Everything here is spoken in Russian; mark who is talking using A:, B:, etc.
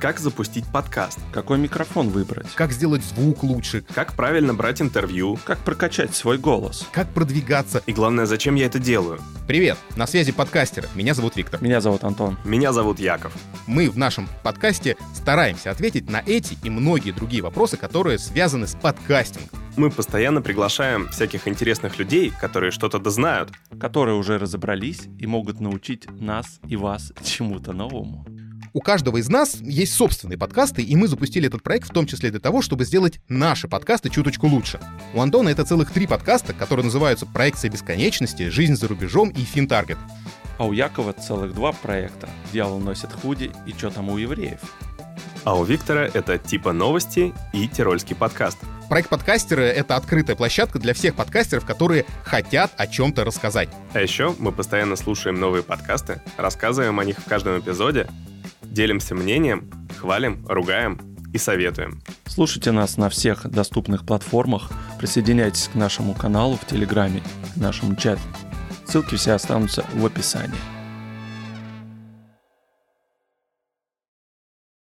A: как запустить подкаст,
B: Какой микрофон выбрать?
C: Как сделать звук лучше?
A: как правильно брать интервью
B: Как прокачать свой голос?
C: Как продвигаться?
A: и главное, зачем я это делаю.
C: Привет, на связи подкастеры. Меня зовут Виктор.
B: Меня зовут Антон.
A: Меня зовут Яков.
C: Мы в нашем подкасте стараемся ответить на эти и многие другие вопросы, которые связаны с подкастингом.
A: Мы постоянно приглашаем всяких интересных людей, которые что-то дознают.
B: Которые уже разобрались и могут научить нас и вас чему-то новому.
C: У каждого из нас есть собственные подкасты, и мы запустили этот проект в том числе для того, чтобы сделать наши подкасты чуточку лучше. У Антона это целых три подкаста, которые называются «Проекция бесконечности», «Жизнь за рубежом» и «Финтаргет».
B: А у Якова целых два проекта. Дьявол носит худи и что там у евреев.
A: А у Виктора это типа новости и тирольский подкаст.
C: Проект «Подкастеры» — это открытая площадка для всех подкастеров, которые хотят о чем-то рассказать.
A: А еще мы постоянно слушаем новые подкасты, рассказываем о них в каждом эпизоде, делимся мнением, хвалим, ругаем и советуем.
B: Слушайте нас на всех доступных платформах, присоединяйтесь к нашему каналу в Телеграме, к нашему чату. Ссылки все останутся в описании.